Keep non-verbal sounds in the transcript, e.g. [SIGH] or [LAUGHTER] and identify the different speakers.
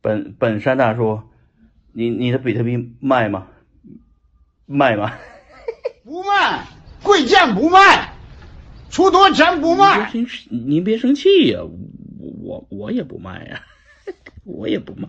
Speaker 1: 本本山大叔，你你的比特币卖吗？卖吗？
Speaker 2: 不卖，贵贱不卖，出多少钱不卖。
Speaker 1: [LAUGHS] 您您别生气呀、我我我也不卖呀、我也不卖。